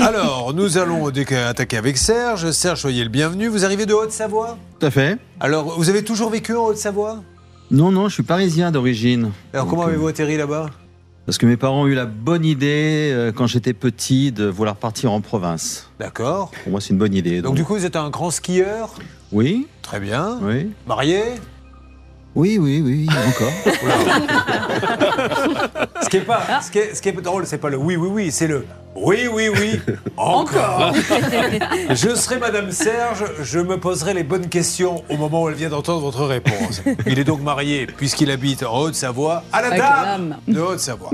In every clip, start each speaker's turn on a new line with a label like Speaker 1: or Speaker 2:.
Speaker 1: Alors, nous allons déc- attaquer avec Serge. Serge, soyez le bienvenu. Vous arrivez de Haute-Savoie
Speaker 2: Tout à fait.
Speaker 1: Alors, vous avez toujours vécu en Haute-Savoie
Speaker 2: Non, non, je suis parisien d'origine.
Speaker 1: Alors, comment
Speaker 2: Donc, euh,
Speaker 1: avez-vous atterri là-bas
Speaker 2: Parce que mes parents ont eu la bonne idée, euh, quand j'étais petit, de vouloir partir en province.
Speaker 1: D'accord.
Speaker 2: Pour moi, c'est une bonne idée.
Speaker 1: Donc, du coup, vous êtes un grand skieur
Speaker 2: Oui,
Speaker 1: Très bien.
Speaker 2: oui.
Speaker 1: Marié
Speaker 2: Oui, oui, oui, encore.
Speaker 1: Ce qui est pas, ce qui est, ce qui est drôle, c'est pas le oui, oui, oui, c'est le oui, oui, oui, encore. je serai Madame Serge, je me poserai les bonnes questions au moment où elle vient d'entendre votre réponse. Il est donc marié, puisqu'il habite en Haute-Savoie, à la
Speaker 3: Avec
Speaker 1: dame de Haute-Savoie.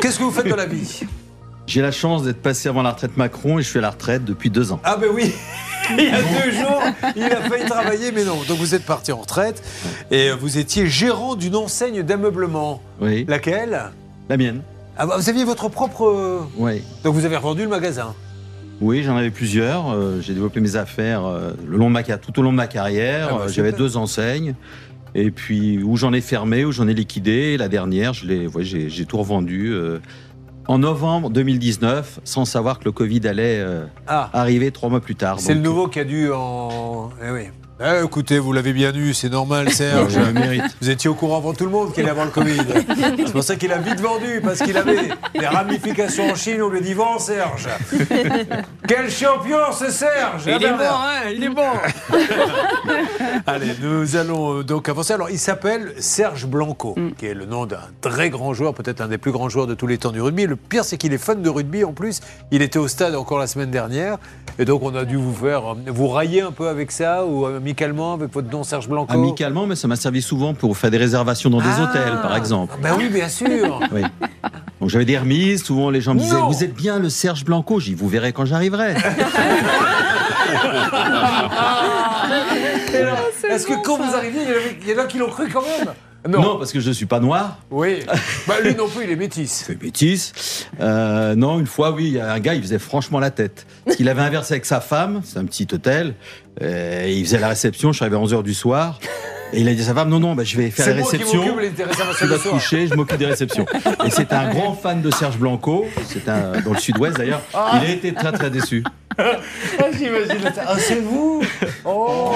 Speaker 1: Qu'est-ce que vous faites de la vie
Speaker 2: J'ai la chance d'être passé avant la retraite Macron et je suis à la retraite depuis deux ans.
Speaker 1: Ah ben oui il y a deux jours, il a failli travailler, mais non. Donc vous êtes parti en retraite et vous étiez gérant d'une enseigne d'ameublement.
Speaker 2: Oui. La,
Speaker 1: Laquelle
Speaker 2: mienne.
Speaker 1: Ah, Vous aviez votre propre... euh,
Speaker 2: Oui.
Speaker 1: Donc vous avez revendu le magasin
Speaker 2: Oui, j'en avais plusieurs. euh, j'ai développé mes affaires euh, le long de ma ca- tout au long de ma carrière.
Speaker 1: Ah bah,
Speaker 2: Euh, J'avais
Speaker 1: super.
Speaker 2: deux enseignes. Et puis, où j'en ai fermé, où j'en ai liquidé. Et la dernière, je l'ai- ouais, j'ai j'ai tout revendu euh, en novembre 2019, sans savoir que le Covid allait euh,
Speaker 1: Ah
Speaker 2: arriver trois mois plus tard.
Speaker 1: C'est le
Speaker 2: Donc,
Speaker 1: nouveau qui a dû en. Eh oui. Eh, écoutez, vous l'avez bien eu, c'est normal,
Speaker 2: euh,
Speaker 1: Serge.
Speaker 2: je le mérite.
Speaker 1: Vous étiez au courant avant tout le monde qu'il allait avoir le Covid. C'est pour ça qu'il a vite vendu, parce qu'il avait des ramifications en Chine. On lui a dit Vends, Serge Quel champion, ce Serge Ah,
Speaker 4: Il est bon,
Speaker 1: Bernard.
Speaker 4: hein, il est bon.
Speaker 1: Allez, nous allons euh, donc avancer. Alors, il s'appelle Serge Blanco, qui est le nom d'un très grand joueur, peut-être un des plus grands joueurs de tous les temps du rugby. Le pire, c'est qu'il est fan de rugby en plus. Il était au stade encore la semaine dernière. Et donc, on a dû vous faire euh, vous railler un peu avec ça ou euh, amicalement avec votre nom Serge Blanco.
Speaker 2: Amicalement, mais ça m'a servi souvent pour faire des réservations dans des
Speaker 1: Ah.
Speaker 2: hôtels, par exemple.
Speaker 1: Ben oui, bien sûr.
Speaker 2: Oui. Donc j'avais des remises, souvent les gens me disaient
Speaker 1: Non.
Speaker 2: Vous êtes bien le Serge Blanco J'y vous verrez quand j'arriverai.
Speaker 1: Et alors, Est-ce que quand vous arriviez, il y en avait- il y en a qui l'ont cru quand même
Speaker 2: Non. parce que je ne suis pas noir.
Speaker 1: Oui. Bah, lui non plus, il est métisse.
Speaker 2: Fait métisse. Euh, non, une fois, oui, il y a un gars, il faisait franchement la tête. Il avait inversé avec sa femme, c'est un petit hôtel, et il faisait la réception, je suis arrivé à 11h du soir, et il a dit à sa femme, non, non, bah, je vais faire
Speaker 1: C'est
Speaker 2: les
Speaker 1: moi qui
Speaker 2: réceptions.
Speaker 1: m'occupe les réservations
Speaker 2: Tu
Speaker 1: le
Speaker 2: vas te
Speaker 1: soir.
Speaker 2: coucher, je m'occupe des réceptions. Et c'est un grand fan de Serge Blanco, c'est un, dans le sud-ouest d'ailleurs. Il a été très très déçu.
Speaker 1: Ah, c'est vous Oh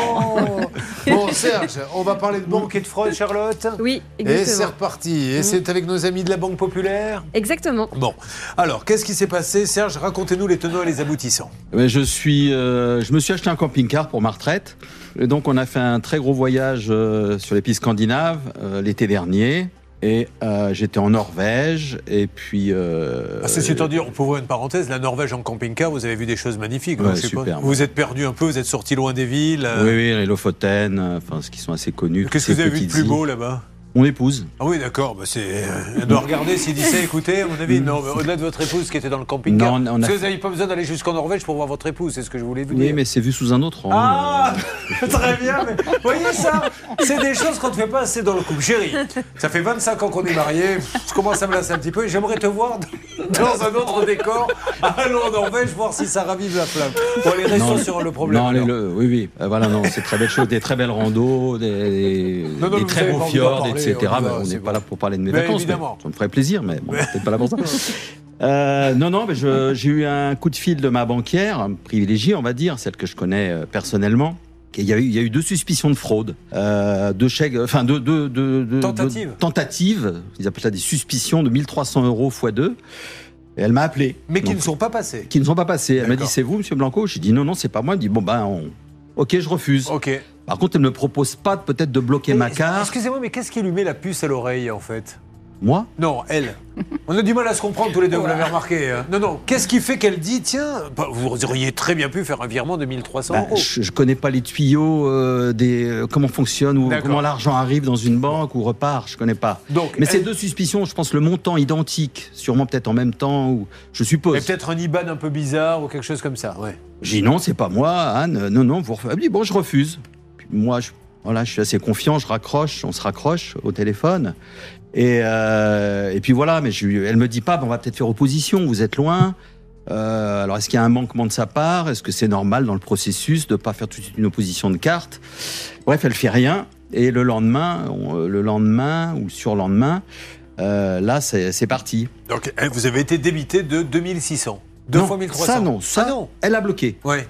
Speaker 1: Bon, Serge, on va parler de banque et de fraude, Charlotte
Speaker 5: Oui,
Speaker 1: Et c'est
Speaker 5: exactement. Mm.
Speaker 1: reparti. Et c'est avec nos amis de la Banque Populaire
Speaker 5: Exactement.
Speaker 1: Bon, alors, qu'est-ce qui s'est passé Serge, racontez-nous les tenants et les aboutissants.
Speaker 2: Ouais, Eh ben, Je, suis, euh, je me suis acheté un camping-car pour ma retraite. Et donc, on a fait un très gros voyage euh, sur les pistes scandinaves euh, l'été dernier. Et euh, j'étais en Norvège. Et puis. Euh,
Speaker 1: Ceci étant dit, on peut ouvrir une parenthèse, la Norvège en camping-car, vous avez vu des choses magnifiques.
Speaker 2: Ouais,
Speaker 1: donc, je sais pas.
Speaker 2: superbe.
Speaker 1: Vous êtes perdu un peu, vous êtes sorti loin des villes.
Speaker 2: euh,
Speaker 1: euh,
Speaker 2: oui, oui, les Lofoten, euh, enfin, ce qui sont assez connus.
Speaker 1: Qu'est-ce que
Speaker 2: toutes
Speaker 1: vous
Speaker 2: ces
Speaker 1: avez vu de
Speaker 2: petites
Speaker 1: plus
Speaker 2: îles.
Speaker 1: beau là-bas
Speaker 2: Mon épouse.
Speaker 1: Ah oui, d'accord, bah c'est... on doit regarder s'il dit ça, écoutez, à mon avis, non, mais au-delà de votre épouse qui était dans le camping-car,
Speaker 2: Non, on a- on a
Speaker 1: parce que
Speaker 2: fait-
Speaker 1: vous n'avez pas besoin d'aller jusqu'en Norvège pour voir votre épouse, c'est ce que je voulais vous
Speaker 2: Oui,
Speaker 1: dire.
Speaker 2: mais c'est vu sous un autre angle.
Speaker 1: Ah Très bien, mais vous voyez ça C'est des choses qu'on ne fait pas assez dans le couple. Chérie, ça fait 25 ans qu'on est mariés, je commence à me lasser un petit peu et j'aimerais te voir dans un autre décor. Allons en Norvège voir si ça ravive la flamme. Bon, allez, restons
Speaker 2: Non,
Speaker 1: sur le problème.
Speaker 2: non, les-
Speaker 1: alors.
Speaker 2: le- oui, oui. Euh, voilà, non, c'est très belle chose. Des très belles randos, des, des-
Speaker 1: Non, non,
Speaker 2: des
Speaker 1: mais vous
Speaker 2: très
Speaker 1: avez
Speaker 2: beaux
Speaker 1: pas envie d'en
Speaker 2: fjords,
Speaker 1: parler,
Speaker 2: etc.
Speaker 1: on y va,
Speaker 2: Mais on
Speaker 1: c'est
Speaker 2: n'est
Speaker 1: bon.
Speaker 2: pas là pour parler de mes
Speaker 1: Mais
Speaker 2: vacances.
Speaker 1: évidemment.
Speaker 2: ça me ferait plaisir, mais bon, peut-être pas là pour ça. Euh, non, non, mais je- j'ai eu un coup de fil de ma banquière, privilégiée, on va dire, celle que je connais euh, personnellement. Et Il y, a eu, il y a eu deux suspicions de fraude, euh, deux chèques, enfin deux, deux, deux, deux-
Speaker 1: Tentatives.
Speaker 2: deux- tentatives. Ils appellent ça des suspicions de 1300 euros x 2. Et elle m'a appelé.
Speaker 1: Mais qui
Speaker 2: Donc,
Speaker 1: ne sont pas passés.
Speaker 2: qui ne sont pas passés. Elle m'a
Speaker 1: D'accord.
Speaker 2: dit c'est vous, Monsieur Blanco J'ai dit non, non, c'est pas moi. Elle me dit bon ben, on... ok, je refuse.
Speaker 1: Ok.
Speaker 2: Par contre, elle me propose pas peut-être de bloquer ma carte.
Speaker 1: Excusez-moi, mais qu'est-ce qui lui met la puce à l'oreille en fait
Speaker 2: Moi
Speaker 1: Non, elle. On a du mal à se comprendre tous les deux, vous l'avez remarqué. hein. Non, non, qu'est-ce qui fait qu'elle dit, tiens, bah, vous auriez très bien pu faire un virement de 1300
Speaker 2: Ben,
Speaker 1: euros
Speaker 2: je, je connais pas les tuyaux euh, des euh, comment fonctionne ou
Speaker 1: D'accord.
Speaker 2: comment l'argent arrive dans une banque ou repart. Je connais pas.
Speaker 1: Donc,
Speaker 2: Mais ces
Speaker 1: elle-
Speaker 2: deux suspicions, je pense le montant identique, sûrement peut-être en même temps ou je
Speaker 1: Mais
Speaker 2: suppose.
Speaker 1: peut-être un IBAN un peu bizarre ou quelque chose comme ça, ouais.
Speaker 2: J'ai dit non, c'est pas moi, Anne. Non, non, vous refusez. Elle me dit bon, je refuse. Puis moi, je, voilà, je suis assez confiant, je raccroche, on se raccroche au téléphone. Et, euh, et puis voilà, mais je, elle me dit pas, Bon, on va peut-être faire opposition, vous êtes loin. Euh, alors, est-ce qu'il y a un manquement de sa part Est-ce que c'est normal dans le processus de pas faire tout de suite une opposition de carte Bref, elle fait rien. Et le lendemain, on- le lendemain ou le surlendemain, euh, là, c'est c'est parti.
Speaker 1: Donc, vous avez été débité de 2600. Deux
Speaker 2: Non,
Speaker 1: fois 1300.
Speaker 2: Ça, non. Ça,
Speaker 1: Ah non.
Speaker 2: Elle a bloqué.
Speaker 1: Ouais.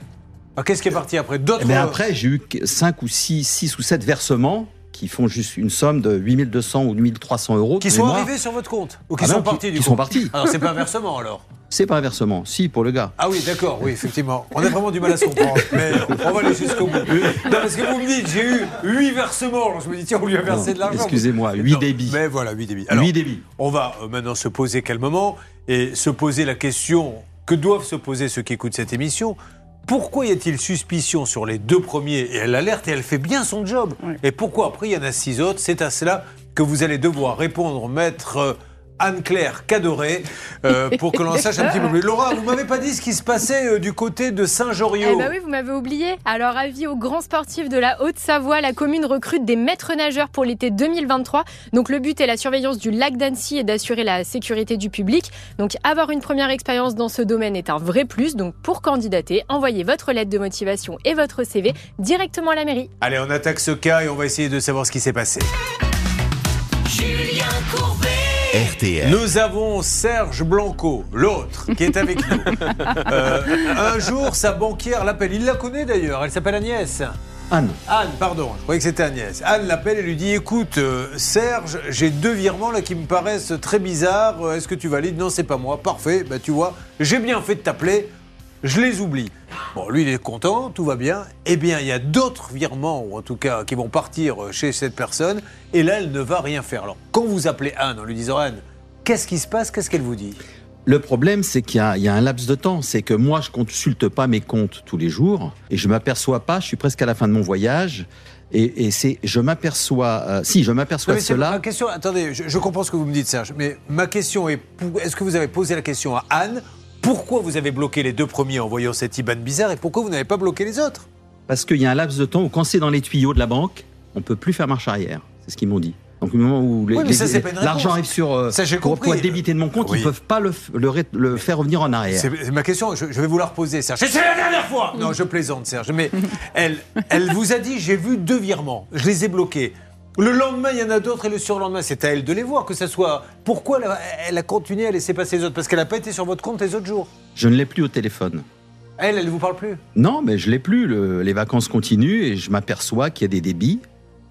Speaker 1: Alors, qu'est-ce qui est parti après D'autres. euh,
Speaker 2: Mais Eh ben, après, j'ai eu 5 ou 6, ou 7 versements qui font juste une somme de 8200 ou 1300 euros.
Speaker 1: qui
Speaker 2: de
Speaker 1: sont
Speaker 2: mémoire.
Speaker 1: arrivés sur votre compte Ou qui
Speaker 2: Ah non,
Speaker 1: sont partis du
Speaker 2: qui
Speaker 1: coup
Speaker 2: sont partis.
Speaker 1: Alors, c'est pas un versement alors
Speaker 2: C'est pas un versement. Si, pour le gars.
Speaker 1: Ah oui, d'accord, oui, effectivement. On a vraiment du mal à se comprendre, mais on va aller jusqu'au bout. Non, parce que vous me dites, j'ai eu 8 versements. Alors, je me dis, tiens, on lui a versé
Speaker 2: Non,
Speaker 1: de l'argent.
Speaker 2: excusez-moi,
Speaker 1: Mais
Speaker 2: huit
Speaker 1: non,
Speaker 2: débits.
Speaker 1: Mais voilà, 8 débits. Alors,
Speaker 2: 8 débits.
Speaker 1: on va euh, maintenant se poser calmement et se poser la question que doivent se poser ceux qui écoutent cette émission. Pourquoi y a-t-il suspicion sur les deux premiers Et elle alerte et elle fait bien son job.
Speaker 3: Ouais.
Speaker 1: Et pourquoi après il y en a six autres C'est à cela que vous allez devoir répondre, maître euh, Anne-Claire Cadoré, euh, pour que l'on sache un petit peu plus. Laura, vous m'avez pas dit ce qui se passait euh, du côté de Saint-Joriot.
Speaker 4: Eh ben oui, vous m'avez oublié. Alors, avis aux grands sportifs de la Haute-Savoie, la commune recrute des maîtres nageurs pour l'été 2023. Donc, le but est la surveillance du lac d'Annecy et d'assurer la sécurité du public. Donc, avoir une première expérience dans ce domaine est un vrai plus. Donc, pour candidater, envoyez votre lettre de motivation et votre CV directement à la mairie.
Speaker 1: Allez, on attaque ce cas et on va essayer de savoir ce qui s'est passé.
Speaker 5: RTL.
Speaker 1: Nous avons Serge Blanco, l'autre, qui est avec nous. Euh, un jour, sa banquière l'appelle. Il la connaît d'ailleurs. Elle s'appelle Agnès.
Speaker 2: Anne.
Speaker 1: Anne, pardon, je croyais que c'était Agnès. Anne l'appelle et lui dit Écoute, euh, Serge, j'ai deux virements là qui me paraissent très bizarres. Euh, Est-ce que tu valides Non, c'est pas moi. Parfait, bah tu vois, j'ai bien fait de t'appeler. Je les oublie. Bon, lui, il est content, tout va bien. Eh bien, il y a d'autres virements, ou en tout cas, qui vont partir euh, chez cette personne. Et là, elle ne va rien faire. Alors, quand vous appelez Anne en lui disant Anne, qu'est-ce qui se passe Qu'est-ce qu'elle vous dit
Speaker 2: Le problème, c'est qu'il y, a- il y a un laps de temps. C'est que moi, je consulte pas mes comptes tous les jours et je m'aperçois pas. Je suis presque à la fin de mon voyage et, et c'est, je m'aperçois. euh, si, je
Speaker 1: Non,
Speaker 2: m'aperçois
Speaker 1: mais c'est-
Speaker 2: cela.
Speaker 1: ma question, attendez, je, je comprends ce que vous me dites, Serge, mais ma question est pou- est-ce que vous avez posé la question à Anne Pourquoi vous avez bloqué les deux premiers en voyant cet IBAN bizarre et pourquoi vous n'avez pas bloqué les autres
Speaker 2: Parce qu'il y a un laps de temps où, quand c'est dans les tuyaux de la banque, on peut plus faire marche arrière. C'est ce qu'ils m'ont dit. Donc, au moment où les-
Speaker 1: Oui, mais ça,
Speaker 2: les-
Speaker 1: c'est pas une
Speaker 2: l'argent
Speaker 1: réponse.
Speaker 2: arrive sur. euh,
Speaker 1: Ça, j'ai
Speaker 2: pour
Speaker 1: compris.
Speaker 2: quoi débiter de mon compte,
Speaker 1: Oui.
Speaker 2: ils peuvent pas le, f- le ré- le faire revenir en arrière.
Speaker 1: C'est c'est ma question, je, je vais vous la reposer, Serge. Et C'est la dernière fois Non, je plaisante, Serge, mais elle, elle vous a dit j'ai vu deux virements, je les ai bloqués. Le lendemain, il y en a d'autres et le surlendemain, c'est à elle de les voir, que ça soit. Pourquoi elle a, elle a continué à laisser passer les autres Parce qu'elle n'a pas été sur votre compte les autres jours.
Speaker 2: Je ne l'ai plus au téléphone.
Speaker 1: Elle, elle ne vous parle plus
Speaker 2: Non, mais je l'ai plus. le- les vacances continuent et je m'aperçois qu'il y a des débits.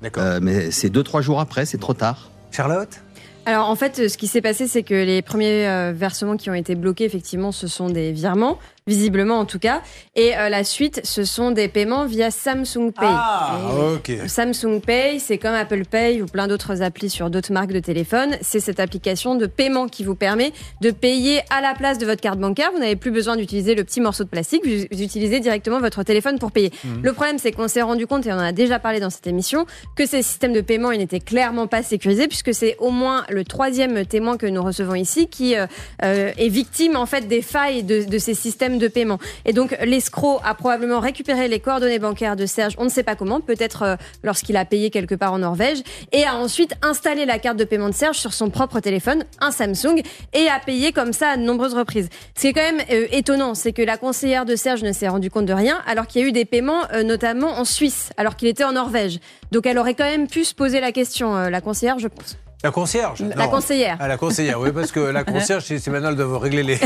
Speaker 1: D'accord.
Speaker 2: Euh, mais c'est deux trois jours après, c'est trop tard.
Speaker 1: Charlotte
Speaker 6: Alors en fait, euh, ce qui s'est passé, c'est que les premiers euh, versements qui ont été bloqués, effectivement, ce sont des virements, visiblement en tout cas. Et euh, la suite, ce sont des paiements via Samsung Pay.
Speaker 1: Ah,
Speaker 6: Eh oui.
Speaker 1: ok.
Speaker 6: Samsung Pay, c'est comme Apple Pay ou plein d'autres applis sur d'autres marques de téléphone. C'est cette application de paiement qui vous permet de payer à la place de votre carte bancaire. Vous n'avez plus besoin d'utiliser le petit morceau de plastique. Vous vous utilisez directement votre téléphone pour payer. Le problème, c'est qu'on s'est rendu compte, et on en a déjà parlé dans cette émission, que ces systèmes de paiement, ils n'étaient clairement pas sécurisés puisque c'est au moins le troisième témoin que nous recevons ici qui euh, euh, est victime, en fait, des failles de, de ces systèmes de paiement. Et donc, l'escroc a probablement récupéré les coordonnées bancaires de Serge, on ne sait pas comment, peut-être euh, lorsqu'il a payé quelque part en Norvège, et a ensuite installé la carte de paiement de Serge sur son propre téléphone, un Samsung, et a payé comme ça à de nombreuses reprises. Ce qui est quand même euh, étonnant, c'est que la conseillère de Serge ne s'est rendue compte de rien, alors qu'il y a eu des paiements, euh, notamment en Suisse, alors qu'il était en Norvège. Donc elle aurait quand même pu se poser la question, euh, la conseillère, je pense.
Speaker 1: La concierge
Speaker 6: La
Speaker 1: non.
Speaker 6: conseillère.
Speaker 1: Ah, la conseillère, oui, parce que la concierge, c'est c'est maintenant, elle doit régler les,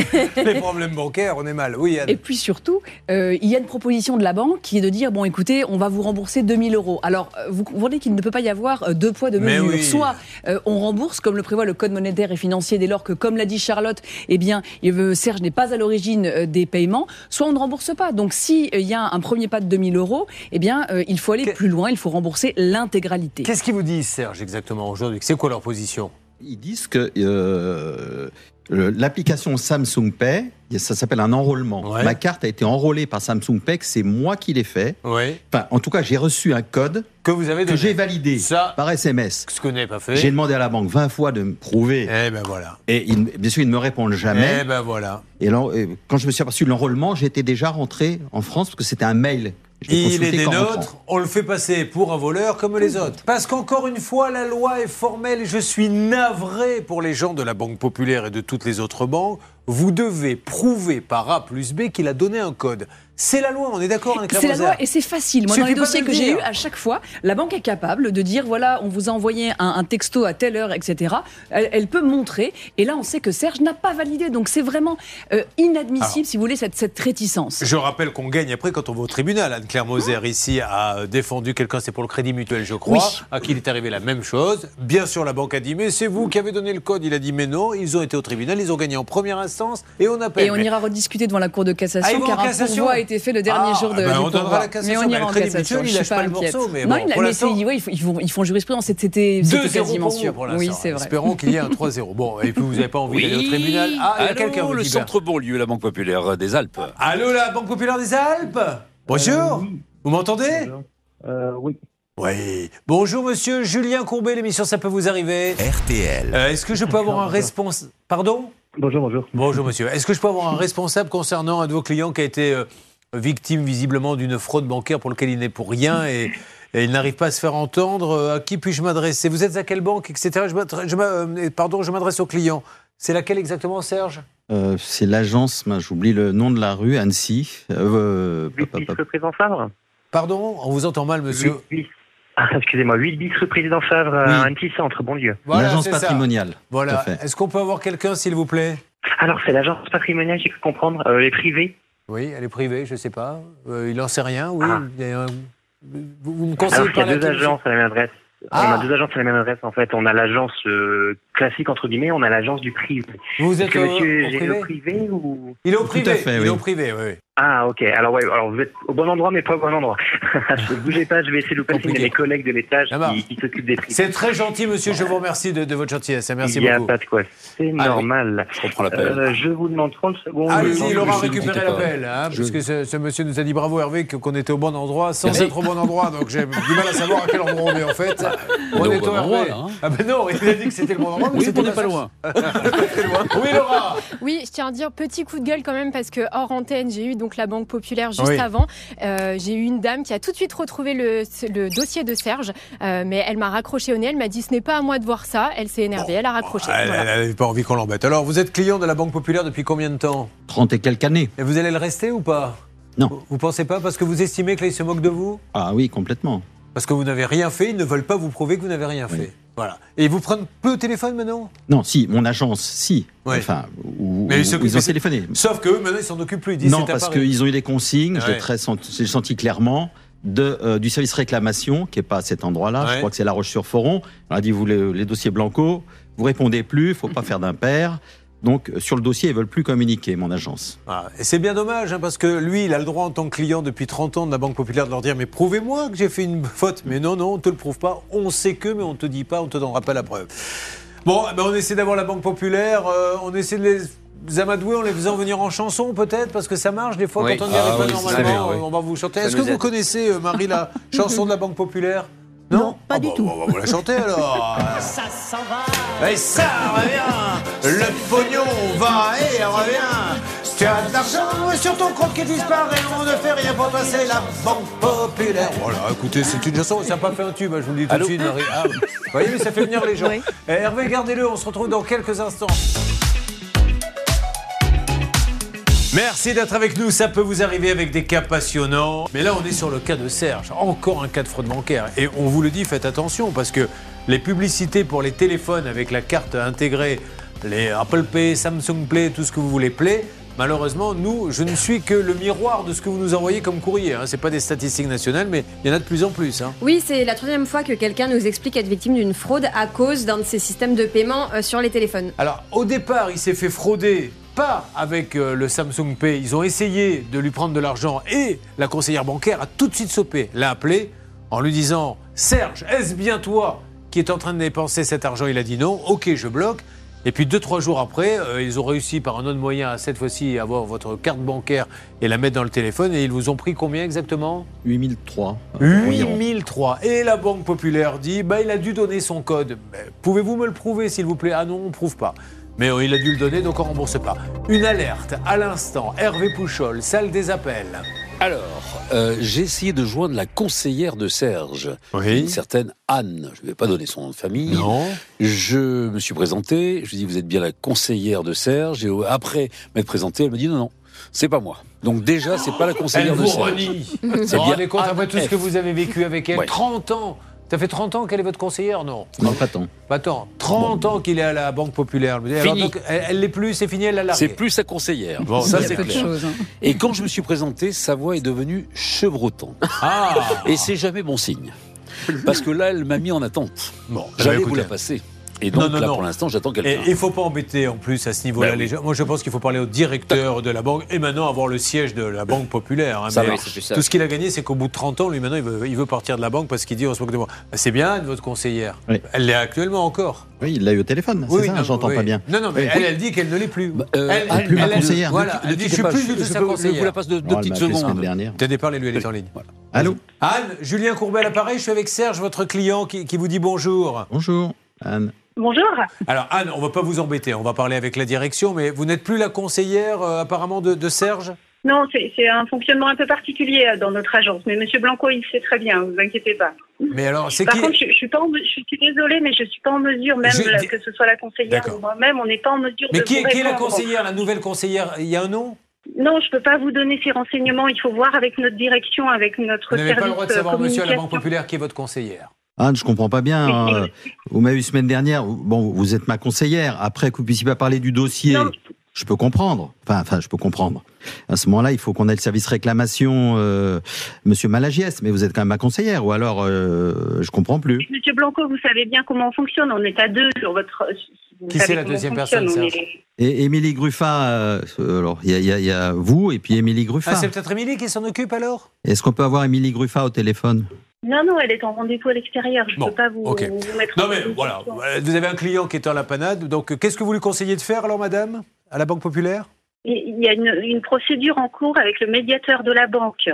Speaker 1: les problèmes bancaires, on est mal. Oui, Anne.
Speaker 3: Et puis surtout, euh, il y a une proposition de la banque qui est de dire bon, écoutez, on va vous rembourser 2000 euros. Alors, euh, vous comprenez qu'il ne peut pas y avoir euh, deux poids, deux
Speaker 1: Mais
Speaker 3: mesures.
Speaker 1: oui.
Speaker 3: Soit euh, on rembourse, comme le prévoit le Code monétaire et financier, dès lors que, comme l'a dit Charlotte, eh bien, il veut- Serge n'est pas à l'origine euh, des paiements, soit on ne rembourse pas. Donc, s'il y a un premier pas de 2000 euros, eh bien, euh, il faut aller
Speaker 1: Que-
Speaker 3: plus loin, il faut rembourser l'intégralité.
Speaker 1: Qu'est-ce qu'ils vous disent, Serge, exactement, aujourd'hui C'est quoi leur position
Speaker 2: Ils disent que euh, le- l'application Samsung Pay, ça s'appelle un enrôlement.
Speaker 1: Ouais.
Speaker 2: Ma carte a été enrôlée par Samsung Pay, que c'est moi qui l'ai fait.
Speaker 1: Oui.
Speaker 2: Enfin, en tout cas, j'ai reçu un code
Speaker 1: Que vous avez
Speaker 2: que j'ai
Speaker 1: donné
Speaker 2: validé
Speaker 1: Ça-
Speaker 2: par SMS.
Speaker 1: Ce que vous n'avez pas fait.
Speaker 2: J'ai demandé à la banque 20 fois de me prouver.
Speaker 1: Eh ben voilà.
Speaker 2: Et ils- bien sûr, ils ne me répondent jamais.
Speaker 1: Eh ben voilà.
Speaker 2: Et l'en- et quand je me suis aperçu de l'enrôlement, j'étais déjà rentré en France parce que c'était un mail. Je l'ai
Speaker 1: Il
Speaker 2: consulté
Speaker 1: est des
Speaker 2: qu'en
Speaker 1: nôtres,
Speaker 2: rentrant.
Speaker 1: on le fait passer pour un voleur comme les autres. Parce qu'encore une fois, la loi est formelle et je suis navré pour les gens de la Banque Populaire et de toutes les autres banques. vous devez prouver par A plus B qu'il a donné un code. C'est la loi, on est d'accord, Anne
Speaker 3: C'est la loi
Speaker 1: Clairvoyeur
Speaker 3: et c'est facile. Moi, dans
Speaker 1: Suffit
Speaker 3: les
Speaker 1: pas de
Speaker 3: dossiers
Speaker 1: le
Speaker 3: que j'ai
Speaker 1: dire.
Speaker 3: eus, à chaque fois, la banque est capable de dire voilà, on vous a envoyé un, un texto à telle heure, etc. Elle, elle peut montrer. Et là, on sait que Serge n'a pas validé. Donc, c'est vraiment euh, inadmissible,
Speaker 1: Alors.
Speaker 3: si vous voulez, cette, cette réticence.
Speaker 1: Je rappelle qu'on gagne après quand on va au tribunal. Anne-Claire Moser, ici, a euh, défendu quelqu'un, c'est pour le Crédit Mutuel, je crois,
Speaker 3: Ah. Oui.
Speaker 1: à qui il est arrivé la même chose. Bien sûr, la banque a dit, mais c'est vous qui avez donné le code. Il a dit, mais non, ils ont été au tribunal, ils ont gagné en première instance et on appelle.
Speaker 3: Et on
Speaker 1: Mais-
Speaker 3: ira rediscuter devant la Cour de
Speaker 1: Ah,
Speaker 3: cassation,
Speaker 1: ils vont
Speaker 3: car
Speaker 1: en
Speaker 3: un
Speaker 1: cassation
Speaker 3: pourvoi a été fait le dernier
Speaker 1: Ah,
Speaker 3: jour de
Speaker 1: ben,
Speaker 3: du
Speaker 1: on donnera
Speaker 3: pourvoi.
Speaker 1: la cassation,
Speaker 3: Mais on
Speaker 1: mais
Speaker 3: ira
Speaker 1: le
Speaker 3: en
Speaker 1: Crédit
Speaker 3: cassation.
Speaker 1: Mutuel, il
Speaker 3: je
Speaker 1: lâche
Speaker 3: suis pas
Speaker 1: pas le
Speaker 3: inquiète.
Speaker 1: morceau, mais
Speaker 3: non,
Speaker 1: bon,
Speaker 3: il-
Speaker 1: pour
Speaker 3: mais
Speaker 1: l'instant-
Speaker 3: c'est- ouais, ils font- ils font- ils font jurisprudence. C'était c'était
Speaker 1: 2-0
Speaker 3: quasiment
Speaker 1: pour vous,
Speaker 3: sûr.
Speaker 1: pour
Speaker 3: Oui,
Speaker 1: l'instant. hein,
Speaker 3: c'est vrai.
Speaker 1: Espérons qu'il y ait un 3-0. Bon, et puis vous n'avez pas envie d'aller au tribunal. Ah, il y a
Speaker 7: Allô,
Speaker 1: quelqu'un
Speaker 7: le
Speaker 1: Rudy Bert.
Speaker 7: centre banlieue, la Banque populaire des Alpes.
Speaker 1: Allô, la Banque populaire des Alpes Bonjour
Speaker 8: Euh, oui.
Speaker 1: Vous m'entendez
Speaker 8: Bonjour. Euh, oui.
Speaker 1: Oui. Bonjour, monsieur Julien Courbet, l'émission Ça peut vous arriver.
Speaker 5: RTL.
Speaker 1: Euh, Est-ce que je peux avoir un
Speaker 8: Eh. Bonjour.
Speaker 1: responsable Pardon
Speaker 8: Bonjour, bonjour.
Speaker 1: Bonjour, monsieur. Est-ce que je peux avoir un responsable concernant un de vos clients qui a été euh, victime visiblement d'une fraude bancaire pour laquelle il n'est pour rien et, et il n'arrive pas à se faire entendre Euh, À qui puis-je m'adresser Vous êtes à quelle banque, etc. Je m'adresse- je m'a- euh, pardon, je m'adresse au client. C'est laquelle exactement, Serge
Speaker 2: Euh, c'est l'agence, mince, j'oublie le nom de la rue, Annecy. Euh, pop, pop,
Speaker 8: bis
Speaker 2: pop.
Speaker 8: représentant Favre
Speaker 1: Pardon On vous entend mal, monsieur.
Speaker 8: 8 bis. Ah, excusez-moi, 8 bis représentant Favre euh, à
Speaker 2: Oui.
Speaker 8: Annecy-Centre, bon Dieu.
Speaker 1: Voilà,
Speaker 2: l'agence
Speaker 1: c'est ça.
Speaker 2: patrimoniale.
Speaker 1: Voilà.
Speaker 2: fait.
Speaker 1: Est-ce qu'on peut avoir quelqu'un, s'il vous plaît
Speaker 8: Alors, c'est l'agence patrimoniale, j'ai pu comprendre, euh, les privés.
Speaker 1: Oui, elle est privée, je ne sais pas. Euh, il en sait rien, oui.
Speaker 8: Ah.
Speaker 1: Il y a un- Vous, vous me
Speaker 8: Alors,
Speaker 1: conseillez
Speaker 8: il y
Speaker 1: par
Speaker 8: a deux
Speaker 1: laquelle, monsieur
Speaker 8: agences à la même adresse.
Speaker 1: Ah.
Speaker 8: On a deux agences à la même adresse, en fait. On a l'agence euh, classique, entre guillemets, on a l'agence du privé.
Speaker 1: Vous
Speaker 8: Est-ce
Speaker 1: êtes
Speaker 8: que
Speaker 1: au,
Speaker 8: monsieur,
Speaker 1: au
Speaker 8: j'ai
Speaker 1: privé
Speaker 8: le privé ou...
Speaker 1: Il est au
Speaker 2: Tout
Speaker 1: privé.
Speaker 2: à fait,
Speaker 1: il est
Speaker 2: oui.
Speaker 1: au privé, oui. oui.
Speaker 8: Ah, ok. Alors, ouais, alors vous êtes au bon endroit, mais pas au bon endroit. Ne bougez pas, je vais essayer de vous passer
Speaker 1: Compliqué.
Speaker 8: mes collègues de l'étage
Speaker 1: Ça va.
Speaker 8: qui, qui s'occupent des privés.
Speaker 1: C'est très gentil, monsieur. Je vous remercie de, de votre gentillesse. Merci
Speaker 8: il n'y a
Speaker 1: beaucoup.
Speaker 8: pas de quoi. C'est
Speaker 1: Ah, oui.
Speaker 8: normal.
Speaker 7: Je reprends l'appel.
Speaker 8: Euh, je vous demande 30 secondes.
Speaker 1: Allez-y,
Speaker 2: Laurent,
Speaker 1: Laura,
Speaker 2: je ne
Speaker 1: récupérez
Speaker 2: quitte pas.
Speaker 1: l'appel. Hein,
Speaker 2: Je-
Speaker 1: Puisque ce, ce monsieur nous a dit bravo Hervé que- qu'on était au bon endroit sans
Speaker 7: Merci.
Speaker 1: être au bon endroit. Donc j'ai du mal à savoir à quel endroit on Bah, est en fait.
Speaker 7: On est au bon endroit, là, hein.
Speaker 1: Ah ben non, il a dit que c'était le bon endroit. mais
Speaker 7: Oui,
Speaker 1: c'était
Speaker 7: on n'est pas
Speaker 1: ça.
Speaker 7: loin.
Speaker 1: Oui, Laura.
Speaker 4: Oui, je tiens à dire petit coup de gueule quand même parce que hors antenne, j'ai eu donc la Banque Populaire juste
Speaker 1: Oui.
Speaker 4: avant. Euh, j'ai eu une dame qui a tout de suite retrouvé le, le dossier de Serge, euh, mais elle m'a raccroché au nez. Elle m'a dit ce n'est pas à moi de voir ça. Elle s'est énervée, elle a raccroché.
Speaker 1: Elle
Speaker 4: Voilà.
Speaker 1: n'avait pas envie qu'on l'embête. Alors, vous êtes client de la Banque Populaire depuis combien de temps
Speaker 2: 30 et quelques années.
Speaker 1: Et vous allez le rester ou pas
Speaker 2: Non.
Speaker 1: Vous- Vous pensez pas parce que vous estimez que là, ils se moquent de vous
Speaker 2: Ah oui, complètement.
Speaker 1: Parce que vous n'avez rien fait, ils ne veulent pas vous prouver que vous n'avez rien
Speaker 2: Oui.
Speaker 1: fait. Voilà. Et ils vous prennent plus au téléphone maintenant
Speaker 2: Non, si, mon agence, si.
Speaker 1: Ouais.
Speaker 2: Enfin, ou,
Speaker 1: Mais
Speaker 2: ou-
Speaker 1: ils s'occupent-
Speaker 2: ils ont téléphoné.
Speaker 1: Sauf qu'eux, maintenant, ils s'en occupent plus. Ils disent
Speaker 2: Non,
Speaker 1: c'est à
Speaker 2: parce
Speaker 1: Paris.
Speaker 2: qu'ils ont eu des consignes, je
Speaker 1: Ouais.
Speaker 2: l'ai très senti, j'ai senti clairement, de, euh, du service réclamation, qui n'est pas à cet endroit-là,
Speaker 1: Ouais.
Speaker 2: je crois que c'est La Roche-sur-Foron. On a dit, vous, les, les dossiers blancos, vous répondez plus, faut pas faire d'impair. Donc, euh, sur le dossier, ils veulent plus communiquer, mon agence.
Speaker 1: Ah, et c'est bien dommage, hein, parce que lui, il a le droit en tant que client depuis 30 ans de la Banque Populaire de leur dire Mais prouvez-moi que j'ai fait une faute. Mais non, non, on ne te le prouve pas. On sait que, mais on ne te dit pas, on ne te donnera pas la preuve. Bon, eh ben, on essaie d'avoir la Banque Populaire, euh, on essaie de les amadouer en les faisant venir en chanson, peut-être, parce que ça marche des fois
Speaker 7: Oui.
Speaker 1: quand on n'y arrive
Speaker 7: Ah
Speaker 1: pas
Speaker 7: oui, ça
Speaker 1: normalement.
Speaker 7: va, oui.
Speaker 1: On va vous chanter.
Speaker 7: Ça
Speaker 1: Est-ce que
Speaker 7: nous
Speaker 1: vous
Speaker 7: aide.
Speaker 1: connaissez, euh, Marie, la chanson de la Banque Populaire Ah non, pas du tout. bah, On va vous la chanter alors. ça s'en va. Et ça revient. Le pognon va et revient. Tu as de l'argent sur ton compte qui disparaît. On ne fait rien pour passer la banque populaire. Voilà, écoutez, c'est une chanson. Ça n'a pas fait un tube, hein, je vous le dis tout
Speaker 7: Allô
Speaker 1: de suite. Marie. Ah, vous voyez, mais ça fait venir les gens.
Speaker 3: Oui.
Speaker 1: Eh, Hervé, gardez-le. On se retrouve dans quelques instants. Merci d'être avec nous. Ça peut vous arriver avec des cas passionnants. Mais là, on est sur le cas de Serge. Encore un cas de fraude bancaire. Et on vous le dit, faites attention parce que les publicités pour les téléphones avec la carte intégrée, les Apple Pay, Samsung Play, tout ce que vous voulez Play, malheureusement, nous, je ne suis que le miroir de ce que vous nous envoyez comme courrier. hein. C'est pas des statistiques nationales, mais il y en a de plus en plus. hein.
Speaker 6: Oui, c'est la troisième fois que quelqu'un nous explique être victime d'une fraude à cause d'un de ces systèmes de paiement euh, sur les téléphones.
Speaker 1: Alors, au départ, il s'est fait frauder, pas avec euh, le Samsung Pay. Ils ont essayé de lui prendre de l'argent et la conseillère bancaire a tout de suite sopé, l'a appelé en lui disant Serge, est-ce bien toi qui est en train de dépenser cet argent Il a dit non, ok, je bloque. Et puis deux, trois jours après, euh, ils ont réussi par un autre moyen à cette fois-ci avoir votre carte bancaire et la mettre dans le téléphone. Et ils vous ont pris combien exactement
Speaker 2: 8003. euh, environ.
Speaker 1: 8003. Et la Banque Populaire dit, bah, il a dû donner son code. Mais Pouvez-vous me le prouver, s'il vous plaît Ah non, on ne prouve pas. Mais euh, il a dû le donner, donc on ne rembourse pas. Une alerte, à l'instant, Hervé Pouchol, salle des appels.
Speaker 7: Alors, euh, j'ai essayé de joindre la conseillère de Serge, une
Speaker 1: Oui.
Speaker 7: certaine Anne. Je ne vais pas donner son nom de famille.
Speaker 1: Non.
Speaker 7: Je me suis présenté, je lui ai dit, vous êtes bien la conseillère de Serge. Et après m'être présenté, elle me dit, non, non, c'est pas moi. Donc déjà, c'est pas la
Speaker 1: Elle
Speaker 7: conseillère de
Speaker 1: vous
Speaker 7: Serge.
Speaker 1: renie.
Speaker 7: C'est
Speaker 1: Vous vous
Speaker 7: bien
Speaker 1: rendez compte après tout ce
Speaker 7: AF.
Speaker 1: que vous avez vécu avec elle
Speaker 7: Ouais.
Speaker 1: 30 ans Ça fait 30 ans qu'elle est votre conseillère Non.
Speaker 2: Non, pas tant.
Speaker 1: Bah, Attends, 30 ans qu'il est à la Banque Populaire. Je me dis, alors,
Speaker 7: Fini.
Speaker 1: donc, elle elle l'est plus, c'est fini, elle l'a
Speaker 7: C'est
Speaker 1: largué.
Speaker 7: plus sa conseillère.
Speaker 1: Bon,
Speaker 7: ça,
Speaker 3: Il y a
Speaker 7: c'est
Speaker 3: peu de
Speaker 7: clair.
Speaker 3: choses, hein.
Speaker 7: Et quand je me suis présenté, sa voix est devenue chevrotante.
Speaker 1: Ah
Speaker 7: Et c'est jamais bon signe. Parce que là, elle m'a mis en attente.
Speaker 1: Bon,
Speaker 7: J'allais
Speaker 1: bah,
Speaker 7: vous la
Speaker 1: écoutez.
Speaker 7: passer. Et donc
Speaker 1: Non, non,
Speaker 7: là,
Speaker 1: non.
Speaker 7: pour l'instant, j'attends
Speaker 1: Et
Speaker 7: quelqu'un.
Speaker 1: il faut pas embêter en plus à ce niveau-là
Speaker 7: Bah oui.
Speaker 1: les gens. Moi, je pense qu'il faut parler au directeur de la banque et maintenant avoir le siège de la Banque Populaire. hein.
Speaker 7: Ça
Speaker 1: Mais
Speaker 7: marche, c'est plus sage.
Speaker 1: tout ce qu'il a gagné, c'est qu'au bout de 30 ans, lui, maintenant, il veut, il veut partir de la banque parce qu'il dit on se moque de moi. Bah, C'est bien, Anne, votre conseillère.
Speaker 2: Oui.
Speaker 1: Elle l'est actuellement encore.
Speaker 2: Oui, il l'a eu au téléphone, c'est ça,
Speaker 1: non,
Speaker 2: j'entends
Speaker 1: oui.
Speaker 2: pas bien.
Speaker 1: Non, non, mais
Speaker 2: Oui.
Speaker 1: elle, elle dit qu'elle ne l'est plus.
Speaker 7: Bah, euh,
Speaker 1: elle,
Speaker 2: ah, plus ma conseillère.
Speaker 1: Voilà,
Speaker 7: Ne
Speaker 1: elle dit, je
Speaker 7: quittez
Speaker 1: suis
Speaker 7: pas,
Speaker 1: plus du tout
Speaker 7: je
Speaker 1: sa
Speaker 7: peux vous- Je vous la
Speaker 1: conseillère.
Speaker 7: passe de
Speaker 2: Bon,
Speaker 7: deux
Speaker 2: Oh, elle
Speaker 7: petites
Speaker 2: m'a appelé semaine
Speaker 7: secondes.
Speaker 2: dernière.
Speaker 1: T'as déparlé, lui, elle est en ligne.
Speaker 2: Allô
Speaker 1: Anne, Julien Courbet à l'appareil, je suis avec Serge, votre client, qui, qui vous dit bonjour.
Speaker 2: Bonjour, Anne.
Speaker 9: Bonjour.
Speaker 1: Alors, Anne, on va pas vous embêter, on va parler avec la direction, mais vous n'êtes plus la conseillère, euh, apparemment, de, de Serge
Speaker 9: Non, c'est c'est un fonctionnement un peu particulier euh, dans notre agence, mais Monsieur Blanco, il sait très bien, vous inquiétez pas.
Speaker 1: Mais alors, c'est
Speaker 9: Par
Speaker 1: qui
Speaker 9: contre, je, je suis pas, en me- je suis désolée, mais je suis pas en mesure, même
Speaker 1: Je-
Speaker 9: là, que ce soit la conseillère
Speaker 1: D'accord.
Speaker 9: ou moi-même, on n'est pas en mesure
Speaker 1: Mais
Speaker 9: de
Speaker 1: qui, est-
Speaker 9: vous
Speaker 1: qui est la
Speaker 9: répondre.
Speaker 1: conseillère, la nouvelle conseillère Il y a un nom
Speaker 9: Non, je peux pas vous donner ces renseignements. Il faut voir avec notre direction, avec notre
Speaker 1: Vous n'avez
Speaker 9: service.
Speaker 1: pas le droit de
Speaker 9: euh,
Speaker 1: savoir, monsieur, à la Banque
Speaker 9: communication.
Speaker 1: Populaire, qui est votre conseillère.
Speaker 2: Anne, je comprends pas bien.
Speaker 9: Oui,
Speaker 2: hein.
Speaker 9: oui.
Speaker 2: Vous m'avez eu semaine dernière. Bon, vous êtes ma conseillère. Après que vous puissiez pas parler du dossier,
Speaker 9: Non.
Speaker 2: je peux comprendre. Enfin, enfin, je peux comprendre. À ce moment-là, il faut qu'on ait le service réclamation, euh, Monsieur Malagiès. Mais vous êtes quand même ma conseillère. Ou alors, euh, je comprends plus.
Speaker 9: Monsieur Blanco, vous savez bien comment on fonctionne. On est à deux sur votre. euh, vous
Speaker 1: Qui
Speaker 9: savez
Speaker 1: c'est la
Speaker 9: comment on
Speaker 1: deuxième
Speaker 9: fonctionne,
Speaker 1: personne,
Speaker 9: on
Speaker 1: Serge
Speaker 9: est-
Speaker 2: Et Émilie Gruffat. euh, alors, il y a, il y a- il y a vous et puis Émilie Gruffat.
Speaker 1: Ah, c'est peut-être Émilie qui s'en occupe alors
Speaker 2: Est-ce qu'on peut avoir Émilie Gruffat au téléphone
Speaker 9: Non, non, elle est en rendez-vous à l'extérieur. Je ne
Speaker 1: Bon,
Speaker 9: peux pas vous,
Speaker 1: ok.
Speaker 9: vous mettre.
Speaker 1: Non,
Speaker 9: en
Speaker 1: mais
Speaker 9: position.
Speaker 1: voilà, euh, vous avez un client qui est en la panade, donc euh, qu'est-ce que vous lui conseillez de faire alors, madame, à la Banque Populaire
Speaker 9: Il y a une, une procédure en cours avec le médiateur de la banque.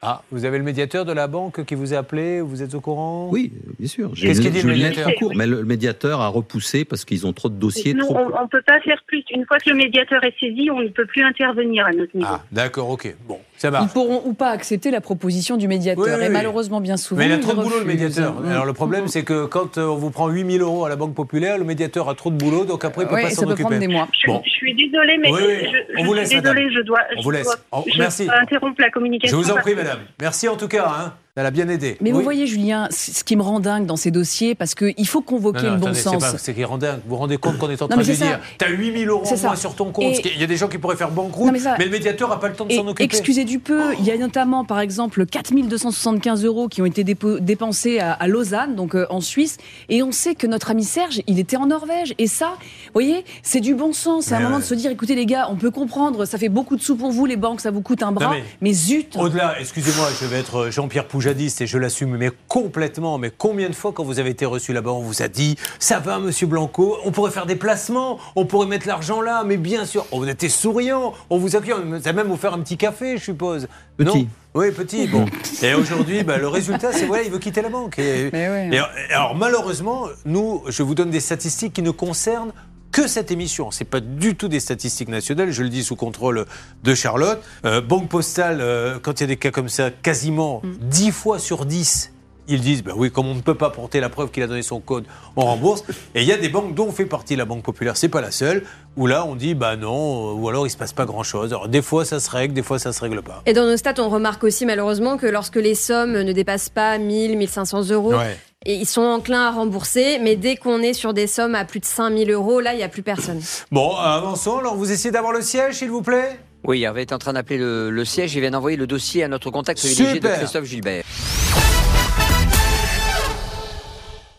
Speaker 1: Ah, vous avez le médiateur de la banque qui vous a appelé, vous êtes au courant
Speaker 2: Oui, bien sûr. J'ai
Speaker 1: Qu'est-ce
Speaker 2: une-
Speaker 1: qu'il dit,
Speaker 2: j'ai
Speaker 1: le
Speaker 2: une
Speaker 1: médiateur
Speaker 2: lettre en cours, mais le, le médiateur a repoussé parce qu'ils ont trop de dossiers.
Speaker 9: Nous,
Speaker 2: trop...
Speaker 9: on ne peut pas faire plus. Une fois que le médiateur est saisi, on ne peut plus intervenir à notre niveau.
Speaker 1: Ah, d'accord, ok, bon, ça
Speaker 3: Ils
Speaker 1: marche.
Speaker 3: pourront ou pas accepter la proposition du médiateur.
Speaker 1: Oui, oui,
Speaker 3: et
Speaker 1: oui.
Speaker 3: malheureusement, bien souvent.
Speaker 1: Mais il a
Speaker 3: ils
Speaker 1: trop de boulot, le
Speaker 3: refusent.
Speaker 1: médiateur.
Speaker 3: Mm.
Speaker 1: Alors, le problème, c'est que quand euh, on vous prend 8000 euros à la Banque Populaire, le médiateur a trop de boulot, donc après, il ne peut
Speaker 3: Ouais,
Speaker 1: pas
Speaker 3: et
Speaker 1: s'en
Speaker 3: ça peut prendre
Speaker 1: occuper.
Speaker 3: des mois.
Speaker 9: Je,
Speaker 1: Bon.
Speaker 9: je suis désolée, mais
Speaker 1: Oui, oui,
Speaker 9: je,
Speaker 1: on
Speaker 9: je
Speaker 1: vous
Speaker 9: suis
Speaker 1: laisse,
Speaker 9: désolée, je dois.
Speaker 1: On
Speaker 9: je
Speaker 1: vous laisse.
Speaker 9: dois-
Speaker 1: Oh,
Speaker 9: je
Speaker 1: merci.
Speaker 9: dois interrompre la
Speaker 1: Je
Speaker 9: communication.
Speaker 1: vous en
Speaker 9: parce
Speaker 1: prie,
Speaker 9: que-
Speaker 1: madame. Merci en tout cas, hein. elle a bien aidé.
Speaker 3: Mais vous
Speaker 1: Oui.
Speaker 3: voyez, Julien, c- ce qui me rend dingue dans ces dossiers, parce qu'il faut
Speaker 1: Non,
Speaker 3: convoquer
Speaker 1: non,
Speaker 3: le bon
Speaker 1: attendez, c'est
Speaker 3: sens.
Speaker 1: pas- C'est qu'il rend dingue. Vous vous rendez compte qu'on est en
Speaker 3: Non,
Speaker 1: train
Speaker 3: mais
Speaker 1: de
Speaker 3: c'est ça.
Speaker 1: dire T'as 8000 euros en
Speaker 3: C'est ça.
Speaker 1: moins sur ton compte.
Speaker 3: Et-
Speaker 1: ce qui- Il y a des gens qui pourraient faire banqueroute,
Speaker 3: Non, mais ça-
Speaker 1: mais le médiateur n'a pas le temps de
Speaker 3: Et
Speaker 1: s'en occuper.
Speaker 3: excusez du peu, il y a notamment par exemple 4275 euros qui ont été dépo- dépensés à, à Lausanne, donc euh, en Suisse, et on sait que notre ami Serge, il était en Norvège. Et ça, vous voyez, c'est du bon sens. C'est un
Speaker 1: Mais
Speaker 3: moment
Speaker 1: ouais.
Speaker 3: de se dire, écoutez les gars, on peut comprendre, ça fait beaucoup de sous pour vous, les banques, ça vous coûte un bras,
Speaker 1: mais-
Speaker 3: mais... zut
Speaker 1: Au-delà, excusez-moi, je vais être Jean-Pierre Poujadiste et je l'assume, mais complètement. Mais combien de fois, quand vous avez été reçu là-bas, on vous a dit Ça va, monsieur Blanco, on pourrait faire des placements, on pourrait mettre l'argent là, mais bien sûr, on était souriant, on vous accueille, on vous a même offert un petit café, je suppose.
Speaker 2: Petit.
Speaker 1: Non oui, petit, bon. Et aujourd'hui, bah, le résultat, c'est voilà, il veut quitter la banque. Et-
Speaker 3: Mais ouais.
Speaker 1: et alors- et alors malheureusement, nous, je vous donne des statistiques qui ne concernent que cette émission. C'est pas du tout des statistiques nationales, je le dis sous contrôle de Charlotte. Euh, Banque Postale, euh, quand il y a des cas comme ça, quasiment 10 fois sur 10, ils disent, bah oui, comme on ne peut pas porter la preuve qu'il a donné son code, on rembourse. Et il y a des banques dont fait partie la Banque Populaire, c'est pas la seule, où là on dit, bah non, ou alors il se passe pas grand-chose. Alors des fois ça se règle, des fois ça se règle pas.
Speaker 6: Et dans nos stats, on remarque aussi malheureusement que lorsque les sommes ne dépassent pas 1000, 1500 euros, et ils sont enclins à rembourser, mais dès qu'on est sur des sommes à plus de 5000 euros, là, il n'y a plus personne.
Speaker 1: Bon, avançons, alors vous essayez d'avoir le siège, s'il vous plaît
Speaker 10: Oui, Hervé est en train d'appeler le, le siège. Il vient d'envoyer le dossier à notre contact privilégié de
Speaker 1: Super.
Speaker 10: Christophe Gilbert.